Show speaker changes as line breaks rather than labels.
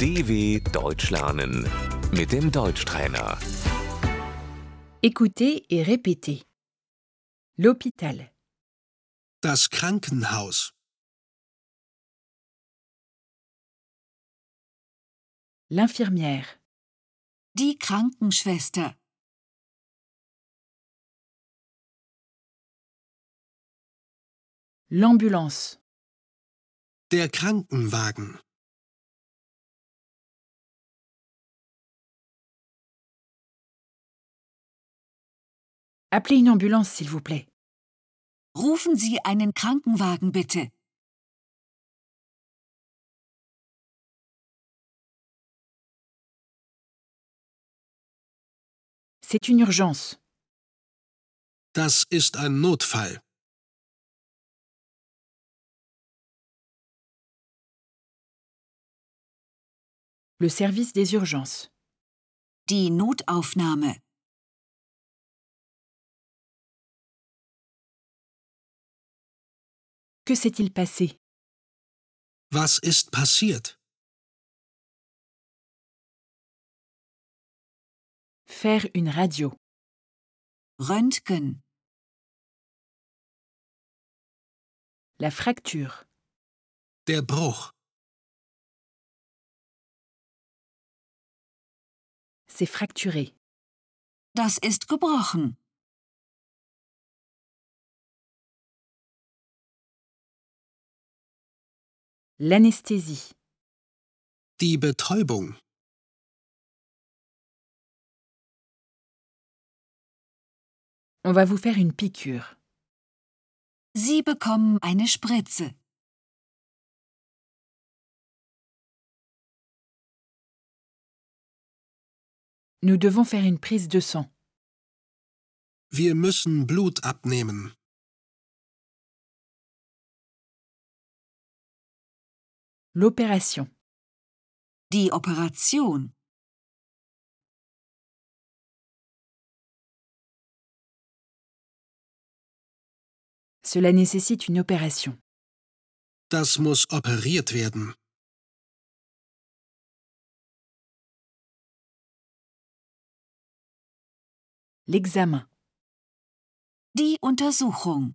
DW Deutsch lernen mit dem Deutschtrainer.
Écoutez et répétez. L'hôpital.
Das Krankenhaus.
L'infirmière.
Die Krankenschwester.
L'ambulance.
Der Krankenwagen.
Appelez une ambulance, s'il vous plaît.
Rufen Sie einen Krankenwagen bitte.
C'est une urgence.
Das ist ein Notfall.
Le service des urgences.
Die Notaufnahme.
Que s'est-il passé
Was ist passiert?
Faire une radio.
Röntgen.
La fracture.
Der Bruch.
C'est fracturé.
Das ist gebrochen.
L'anesthésie.
Die Betäubung.
On va vous faire une piqûre.
Sie bekommen eine Spritze.
Nous devons faire une prise de sang.
Wir müssen Blut abnehmen.
L'opération.
Die Operation.
Cela nécessite une opération.
Das muss operiert werden.
L'examen.
Die Untersuchung.